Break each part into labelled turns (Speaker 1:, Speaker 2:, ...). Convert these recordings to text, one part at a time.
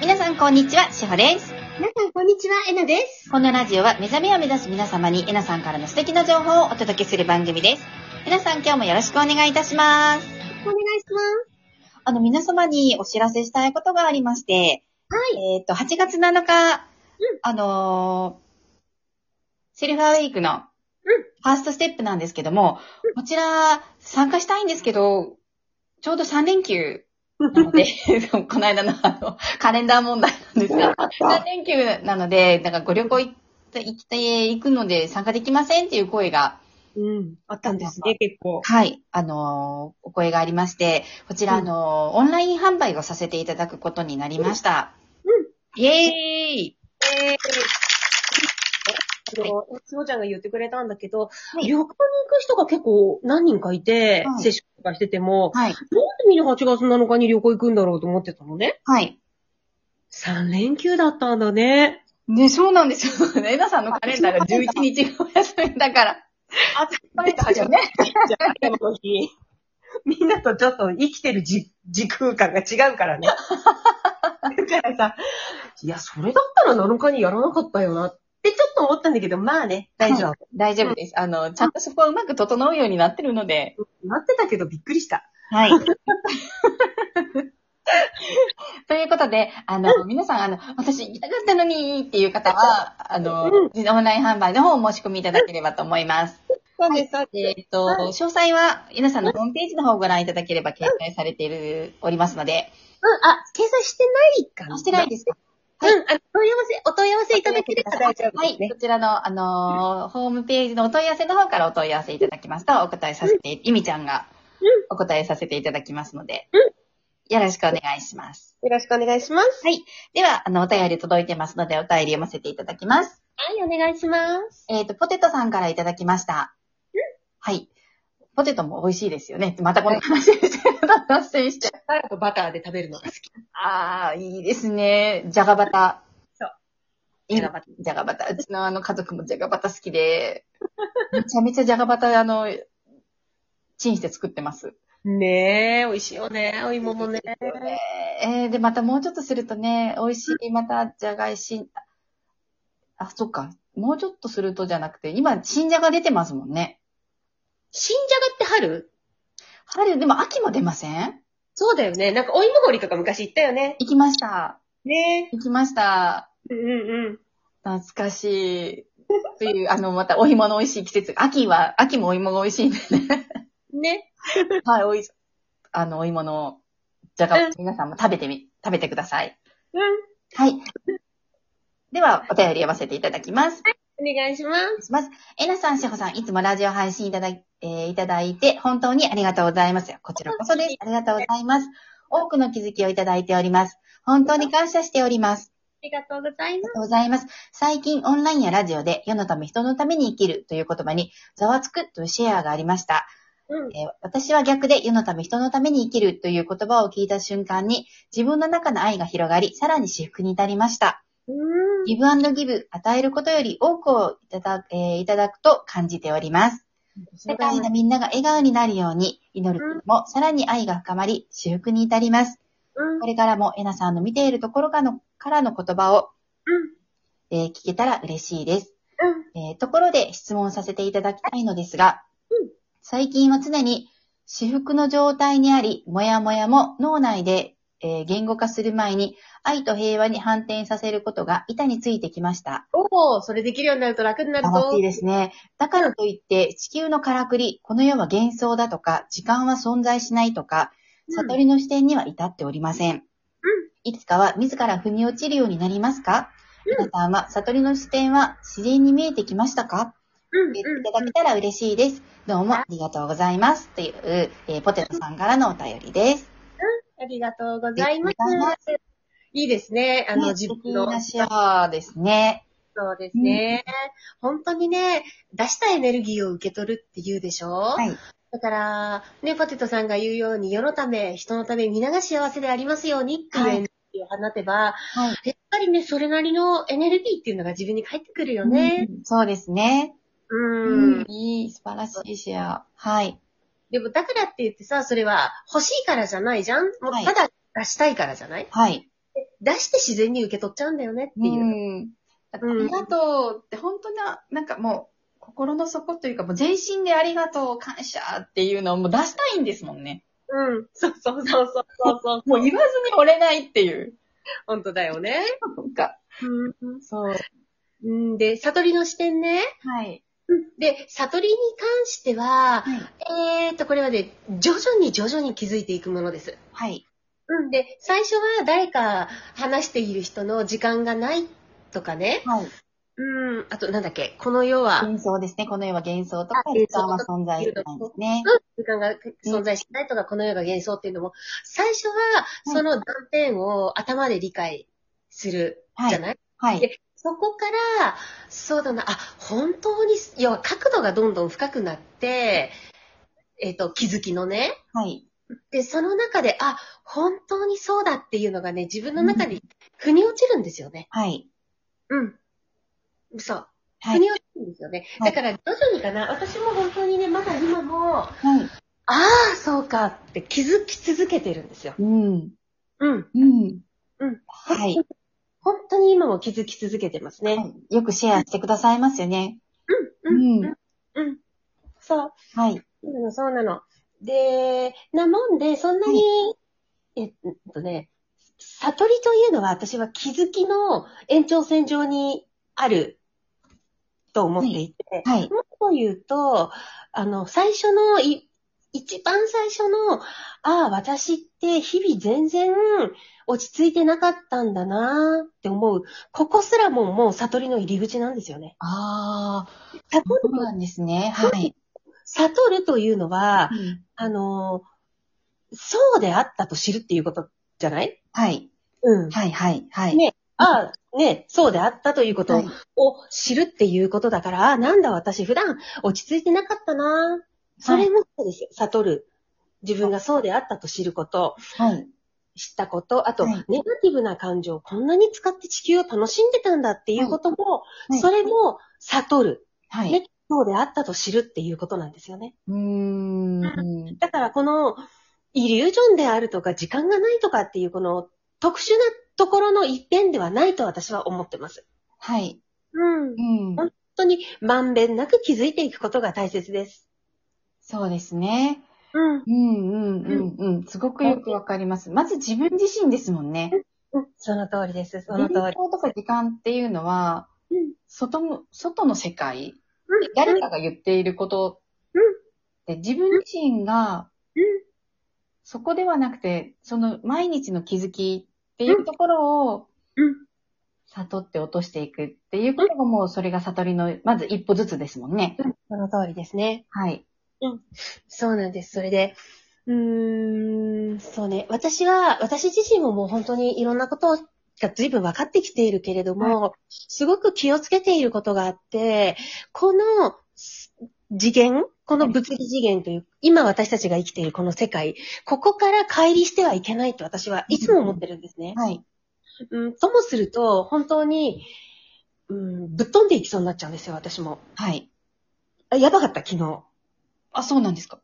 Speaker 1: 皆さんこんにちは、しほです。
Speaker 2: 皆さん、こんにちは。えなです。
Speaker 1: このラジオは目覚めを目指す皆様にえなさんからの素敵な情報をお届けする番組です。皆さん今日もよろしくお願いいたします。
Speaker 2: お願いします。
Speaker 1: あの、皆様にお知らせしたいことがありまして、
Speaker 2: はい。
Speaker 1: えっ、と、8月7日、あのーシルバーウィークの、ファーストステップなんですけども、こちら、参加したいんですけど、ちょうど3連休なので、 この間のあの、カレンダー問題なんですが、3連休なので、なんかご旅行行った行って、行くので参加できませんっていう声が、
Speaker 2: うん。あったんですね、結構。
Speaker 1: はい、あのーお声がありまして、こちら、
Speaker 2: うん
Speaker 1: あのーオンライン販売をさせていただくことになりました。
Speaker 2: うん
Speaker 1: イエーイ
Speaker 2: えー、あの、しほちゃんが言ってくれたんだけど、
Speaker 1: い
Speaker 2: 旅行に行く人が結構何人かいて、
Speaker 1: はい
Speaker 2: 接種とかしてても、
Speaker 1: はい、
Speaker 2: なんでみんな8月7日に旅行行くんだろうと思ってたのね。
Speaker 1: はい。
Speaker 2: 3連休だったんだね。
Speaker 1: ね、そうなんですよ。 えなさんのカレンダーが11日がお休みだから。
Speaker 2: あ、
Speaker 1: カレンダーですよね。
Speaker 2: じゃあ、今の日。 みんなとちょっと生きてるじ時空間が違うからね。だからさ、いや、それだったら7日にやらなかったよなってちょっと思ったんだけど、まあね、大丈夫。
Speaker 1: 大丈夫です。あの、ちゃんとそこはうまく整うようになってるので。
Speaker 2: なってたけどびっくりした。
Speaker 1: はい。 ということで、あの、皆さん、あの、私行きたかったのにっていう方は、あの、
Speaker 2: う
Speaker 1: オンライン販売の方をお申し込みいただければと思います。
Speaker 2: そう、
Speaker 1: です
Speaker 2: そう
Speaker 1: でえっと、詳細は、皆さんのホームページの方をご覧いただければ掲載されている、おりますので、
Speaker 2: うん、あ、掲載してないかな
Speaker 1: あしてないですか
Speaker 2: うん、あの、問い合わせ、お問い合わせいただければ大丈夫
Speaker 1: は
Speaker 2: です
Speaker 1: い、
Speaker 2: ね
Speaker 1: こ。ちらの、あのーホームページのお問い合わせの方からお問い合わせいただきますと、お答えさせて、ゆみちゃんが
Speaker 2: うん
Speaker 1: お答えさせていただきますので、
Speaker 2: う
Speaker 1: よろしくお願いします。
Speaker 2: よろしくお願いします。
Speaker 1: では、あの、お便り届いてますので、お便り読ませていただきます。
Speaker 2: はい、お願いします。
Speaker 1: えっ、と、ポテトさんからいただきました。はい。ポテトも美味しいですよね。またこの話してる、脱線して。
Speaker 2: バターとバターで食べるのが好き。
Speaker 1: ああ、いいですね。じゃがバタ。
Speaker 2: そう。
Speaker 1: いいなじゃがバタ。うちのあの家族もじゃがバタ好きで、めちゃめちゃじゃがバタ、あの、チンして作ってます。
Speaker 2: ねえ、美味しいよね、お芋もね。
Speaker 1: えー、で、またもうちょっとするとね、美味しい、また、じゃがいし、あ、そっか。もうちょっとするとじゃなくて、今、新じゃが出てますもんね。
Speaker 2: 新じゃがって春
Speaker 1: 春、でも秋も出ません
Speaker 2: そうだよね。なんかお芋掘りとか昔行ったよね。
Speaker 1: 行きました。
Speaker 2: ね
Speaker 1: 行きました。
Speaker 2: え。うんうん。
Speaker 1: 懐かしい。という、あの、またお芋の美味しい季節。秋は、秋もお芋が美味しいんでね。
Speaker 2: ね。
Speaker 1: はい、おい、あの、お芋の、じゃが、皆さんも食べてみ、食べてください。
Speaker 2: うん。
Speaker 1: はい。では、お便り読ませていただきます。
Speaker 2: お願いします。
Speaker 1: まず、えなさん、しほさん、いつもラジオ配信いただい,、えーいただいて、本当にありがとうございます。こちらこそです。ありがとうございます。多くの気づきをいただいております。本当に感謝しております。
Speaker 2: ありがとうござい
Speaker 1: あり
Speaker 2: ま
Speaker 1: がとうございます。最近オンラインやラジオで世のため人のために生きるという言葉にざわつくというシェアがありました、
Speaker 2: す。うん。
Speaker 1: えー私は逆で世のため人のために生きるという言葉を聞いた瞬間に自分の中の愛が広がり、さらに至福に至りました。
Speaker 2: うん。
Speaker 1: ギブアンドギブ、与えることより多くをいただ,、えーいただくと感じております。世界のみんなが笑顔になるように祈ることもさらに愛が深まり、至福に至ります。
Speaker 2: うん。
Speaker 1: これからもえなさんの見ているところからのからの言葉をえー聞けたら嬉しいです。えーところで質問させていただきたいのですが、
Speaker 2: うん
Speaker 1: 最近は常に私服の状態にあり、もやもやも脳内で、えー言語化する前に愛と平和に反転させることが板についてきました。
Speaker 2: おお、それできるようになると楽になるぞ
Speaker 1: 楽しい。ですね。だからといって、地球のからくり、この世は幻想だとか、時間は存在しないとか、悟りの視点には至っておりません。いつかは自ら踏み落ちるようになりますか、
Speaker 2: うん
Speaker 1: 皆さんは悟りの視点は自然に見えてきましたか、
Speaker 2: うん。
Speaker 1: 言っていただけたら嬉しいです。どうもありがとうございます。という、えーポテトさんからのお便りです。
Speaker 2: ありがとうございます
Speaker 1: ありがとうございま。
Speaker 2: いいですね。あの、
Speaker 1: ね
Speaker 2: 自分
Speaker 1: 素敵
Speaker 2: の。
Speaker 1: なシェアですね。
Speaker 2: そうですね。本当にね、出したエネルギーを受け取るって言うでしょ
Speaker 1: はい。
Speaker 2: だから、ね、ポテトさんが言うように、世のため、人のため、皆が幸せでありますようにっていうエ
Speaker 1: はい
Speaker 2: ネルギーを放てば、
Speaker 1: はい。
Speaker 2: やっぱりね、それなりのエネルギーっていうのが自分に返ってくるよね。
Speaker 1: うんそうですね。
Speaker 2: うん。
Speaker 1: いい、素晴らしいシェア。はい。
Speaker 2: でも、だからって言ってさ、それは欲しいからじゃないじゃんもう
Speaker 1: はい
Speaker 2: ただ出したいからじゃない、
Speaker 1: はい。
Speaker 2: 出して自然に受け取っちゃうんだよねっていう。
Speaker 1: ん。ありがとうって、本当な、なんかもう、心の底というか、もう全身でありがとう、感謝っていうのをもう出したいんですもんね。
Speaker 2: うん。 そうそうそうそうそうそう。
Speaker 1: もう言わずに折れないっていう。
Speaker 2: 本当だよね。
Speaker 1: なんか、
Speaker 2: う
Speaker 1: そう。
Speaker 2: ん。で、悟りの視点ね。
Speaker 1: はい。
Speaker 2: で、悟りに関しては、
Speaker 1: はい。
Speaker 2: えーっと、これはね、徐々に徐々に気づいていくものです。
Speaker 1: はい。
Speaker 2: うん。で、最初は誰か話している人の時間がないとかね。
Speaker 1: はい。
Speaker 2: うん。あと、なんだっけ、この世は、
Speaker 1: 幻想ですね。この世は幻想とか、
Speaker 2: あ
Speaker 1: 時間は存在しないですね。
Speaker 2: 時間が存在しないとか、この世が幻想っていうのも、最初は、その断片を頭で理解する
Speaker 1: は
Speaker 2: じゃ
Speaker 1: い。
Speaker 2: ない、
Speaker 1: はい。
Speaker 2: でそこから、そうだな、あ、本当に、要は角度がどんどん深くなって、えっ、と、気づきのね。
Speaker 1: はい。
Speaker 2: で、その中で、あ、本当にそうだっていうのがね、自分の中に腑に落ちるんですよね。
Speaker 1: はい。
Speaker 2: うん。そう。
Speaker 1: は
Speaker 2: 腑
Speaker 1: い。
Speaker 2: に落ちるんですよね。
Speaker 1: はい
Speaker 2: だから、徐々にかな、私も本当にね、まだ今も、
Speaker 1: はい。
Speaker 2: ああ、そうかって気づき続けてるんですよ。
Speaker 1: うん。
Speaker 2: うん。
Speaker 1: うん。
Speaker 2: うん
Speaker 1: はい。
Speaker 2: 本当に今も気づき続けてますね。
Speaker 1: はいよくシェアしてくださいますよね。
Speaker 2: う
Speaker 1: う
Speaker 2: ん。うんん。うん。そう。
Speaker 1: はい。
Speaker 2: そうなの、そうなの。で、なもんで、そんなに、えっとね、悟りというのは私は気づきの延長線上にあると思っていて、
Speaker 1: はい。
Speaker 2: もっと言うと、あの、最初のい、一番最初の、ああ、私って日々全然落ち着いてなかったんだなって思う、ここすらももう悟りの入り口なんですよね。
Speaker 1: ああ、
Speaker 2: 悟
Speaker 1: そう
Speaker 2: ると、
Speaker 1: なんですね。はい。
Speaker 2: 悟るというのは、
Speaker 1: うん
Speaker 2: あのーそうであったと知るっていうことじゃない
Speaker 1: はい。
Speaker 2: うん。
Speaker 1: はい。はい。はい。
Speaker 2: ね、ああ、ね、そうであったというこ
Speaker 1: は
Speaker 2: と
Speaker 1: い
Speaker 2: を知るっていうことだから、ああ、なんだ私普段落ち着いてなかったなそれもそうです。悟る。自分がそうであったと知ること、
Speaker 1: はい。
Speaker 2: 知ったこと、あと、
Speaker 1: は
Speaker 2: ネガ
Speaker 1: い
Speaker 2: ティブな感情をこんなに使って地球を楽しんでたんだっていうことも、
Speaker 1: はい
Speaker 2: それも悟る。
Speaker 1: はい。
Speaker 2: ねそうであったと知るっていうことなんですよね。
Speaker 1: うーん。
Speaker 2: だからこの、イリュージョンであるとか、時間がないとかっていう、この特殊なところの一点ではないと私は思ってます。
Speaker 1: はい。
Speaker 2: うん。
Speaker 1: う
Speaker 2: 本
Speaker 1: ん。
Speaker 2: 当に、まんべんなく気づいていくことが大切です。
Speaker 1: そうですね。
Speaker 2: うん。
Speaker 1: うんうんうんうん。すごくよくわかります。まず自分自身ですもんね。
Speaker 2: その通りです。そ
Speaker 1: 勉
Speaker 2: の通り。
Speaker 1: 強とか時間っていうのは
Speaker 2: うん、
Speaker 1: 外も、外の世界、誰かが言っていること
Speaker 2: うん
Speaker 1: で自分自身が
Speaker 2: うん、
Speaker 1: そこではなくて、その毎日の気づきっていうところを
Speaker 2: うん。
Speaker 1: 悟って落としていくっていうことがもうそれが悟りの、まず一歩ずつですもんね。
Speaker 2: その通りですね。
Speaker 1: はい。
Speaker 2: そうなんです。それで、うーん、そうね。私は、私自身ももう本当にいろんなことが随分分かってきているけれども、すごく気をつけていることがあって、このす次元、この物理次元という、今私たちが生きているこの世界、ここから乖離してはいけないと私はいつも思ってるんですね。
Speaker 1: はい。
Speaker 2: うん、ともすると、本当に、うん、ぶっ飛んでいきそうになっちゃうんですよ、私も。
Speaker 1: はい。
Speaker 2: あやばかった、昨日。
Speaker 1: あ、そうなんですか。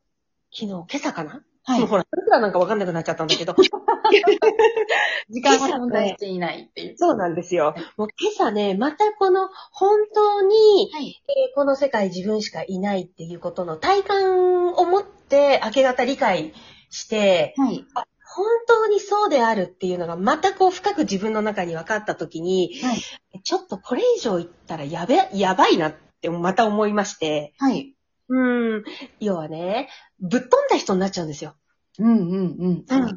Speaker 2: 昨日、今朝かな
Speaker 1: はい
Speaker 2: もう。ほら、いくらなんかわかんなくなっちゃったんだけ ど。
Speaker 1: 時間は存在していないっていう。
Speaker 2: そうなんですよ。もう今朝ね、またこの本当に、
Speaker 1: はい。
Speaker 2: えーこの世界自分しかいないっていうことの体感を持って明け方理解して、
Speaker 1: はい。
Speaker 2: 本当にそうであるっていうのがまたこう深く自分の中に分かった時に、
Speaker 1: はい
Speaker 2: ちょっとこれ以上言ったらやべ、やばいなってまた思いまして、
Speaker 1: はい。
Speaker 2: うん。要はね、ぶっ飛んだ人になっちゃうんですよ。
Speaker 1: うんうんうん。はい。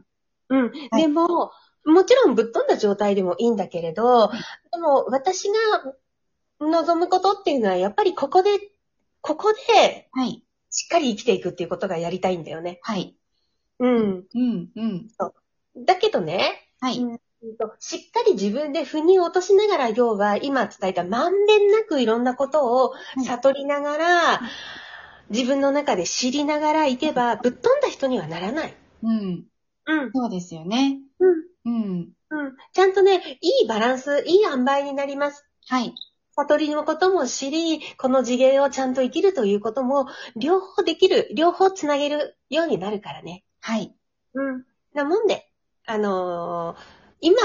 Speaker 2: うん。
Speaker 1: はい
Speaker 2: でも、もちろんぶっ飛んだ状態でもいいんだけれど、でも私が望むことっていうのは、やっぱりここで、ここで、
Speaker 1: はい。
Speaker 2: しっかり生きていくっていうことがやりたいんだよね。
Speaker 1: はい。
Speaker 2: うん。
Speaker 1: うんうん。
Speaker 2: だけどね、
Speaker 1: はい。
Speaker 2: うんとしっかり自分で腑に落としながら、要は今伝えたまんべんなくいろんなことを
Speaker 1: い
Speaker 2: 悟りながら、自分の中で知りながらいけば、ぶっ飛んだ人にはならない。
Speaker 1: うん。
Speaker 2: うん。
Speaker 1: そうですよね。
Speaker 2: うん。
Speaker 1: うん。
Speaker 2: うん。ちゃんとね、いいバランス、いい塩梅になります。
Speaker 1: はい。
Speaker 2: 悟りのことも知り、この次元をちゃんと生きるということも、両方できる、両方つなげるようになるからね。
Speaker 1: はい。
Speaker 2: うん。なもんで、あのー今、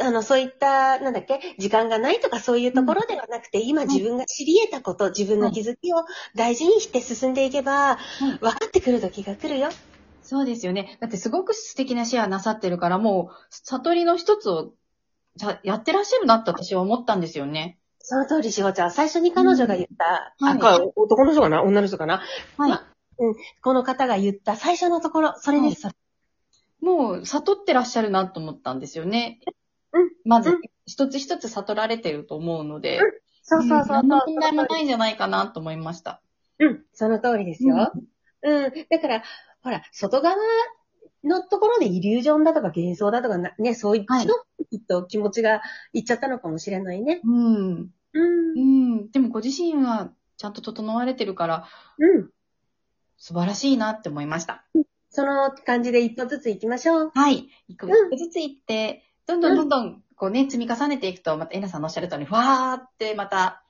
Speaker 2: あの、そういった、なんだっけ、時間がないとかそういうところではなくて、今
Speaker 1: い
Speaker 2: 自分が知り得たこと、自分の気づきを大事にして進んでいけば、分かってくる時が来るよ。
Speaker 1: そうですよね。だってすごく素敵なシェアなさってるから、もう、悟りの一つをややってらっしゃるなって私は思ったんですよね。
Speaker 2: その通り、しほちゃん。最初に彼女が言った、
Speaker 1: うんはい
Speaker 2: あこれ男の人かな女の人かな
Speaker 1: はい
Speaker 2: あこの方が言った最初のところ、それ
Speaker 1: は
Speaker 2: で
Speaker 1: い
Speaker 2: す。
Speaker 1: もう、悟ってらっしゃるなと思ったんですよね。
Speaker 2: うん
Speaker 1: まず、
Speaker 2: う
Speaker 1: 一つ一つ悟られてると思うので、
Speaker 2: そうそうそうそう。
Speaker 1: ん何の問題もないんじゃないかなと思いました。
Speaker 2: うん、その通りですよ。うん、だから、ほら、外側のところでイリュージョンだとか幻想だとかな、ね、そういっ
Speaker 1: はい
Speaker 2: ちの、きっと気持ちがいっちゃったのかもしれないね。
Speaker 1: うん。
Speaker 2: うん
Speaker 1: う。
Speaker 2: うん
Speaker 1: でもご自身はちゃんと整われてるから、
Speaker 2: ん。
Speaker 1: 素晴らしいなって思いました。
Speaker 2: その感じで一歩ずつ行きましょう。
Speaker 1: はい。一個
Speaker 2: うん
Speaker 1: ずつ行って、どんどんどんどん、こうね、積み重ねていくと、また、えなさんのおっしゃる通り、わーってまた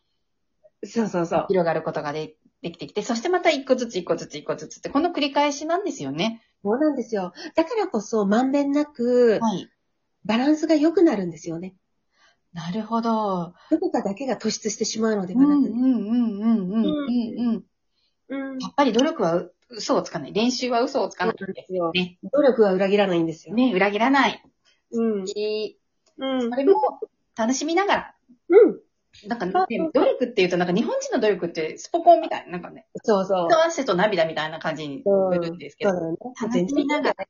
Speaker 2: そうそうそう。
Speaker 1: 広がることがでできてきて、そしてまた一個ずつ一個ずつ一個ずつって、この繰り返しなんですよね。
Speaker 2: そうなんですよ。だからこそ、まんべんなく、
Speaker 1: はい。
Speaker 2: バランスが良くなるんですよね。
Speaker 1: なるほど。
Speaker 2: どこかだけが突出してしまうので
Speaker 1: う
Speaker 2: は
Speaker 1: ん
Speaker 2: な
Speaker 1: うん
Speaker 2: く、
Speaker 1: うんうんうんうんうん。
Speaker 2: うん
Speaker 1: やっぱり努力はう嘘をつかない。練習は嘘をつかない。
Speaker 2: よ
Speaker 1: ね
Speaker 2: 努力は裏切らないんですよ。
Speaker 1: ね、裏切らない。
Speaker 2: うん。うん
Speaker 1: そ。れも楽しみながら。
Speaker 2: うん。
Speaker 1: なんか、ね、努力っていうと、なんか日本人の努力ってスポコンみたいな、なんかね、
Speaker 2: そうそう。
Speaker 1: と汗と涙みたいな感じに来るんですけ
Speaker 2: そう
Speaker 1: ど、
Speaker 2: だよね。
Speaker 1: 楽しみながら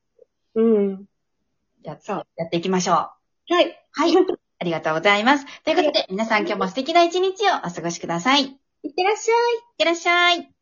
Speaker 2: うん。
Speaker 1: やっやっていきましょう。
Speaker 2: はい。
Speaker 1: はい。 ありがとうございます。ということで、皆さん今日も素敵な一日をお過ごしください。いっ
Speaker 2: いってらっしゃい。
Speaker 1: てらっしゃい。